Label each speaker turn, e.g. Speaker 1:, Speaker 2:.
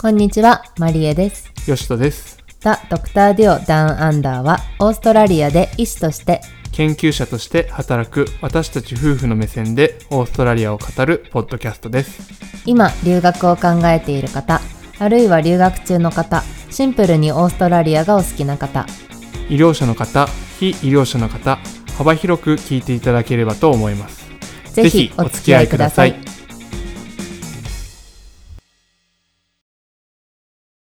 Speaker 1: こんにちは、マリエです。
Speaker 2: 吉田です。
Speaker 1: ザ・ドクター・ディオ・ダウン・アンダーは、オーストラリアで医師として、
Speaker 2: 研究者として働く私たち夫婦の目線でオーストラリアを語るポッドキャストです。
Speaker 1: 今、留学を考えている方、あるいは留学中の方、シンプルにオーストラリアがお好きな方、
Speaker 2: 医療者の方、非医療者の方、幅広く聞いていただければと思います。
Speaker 1: ぜひお付き合いください。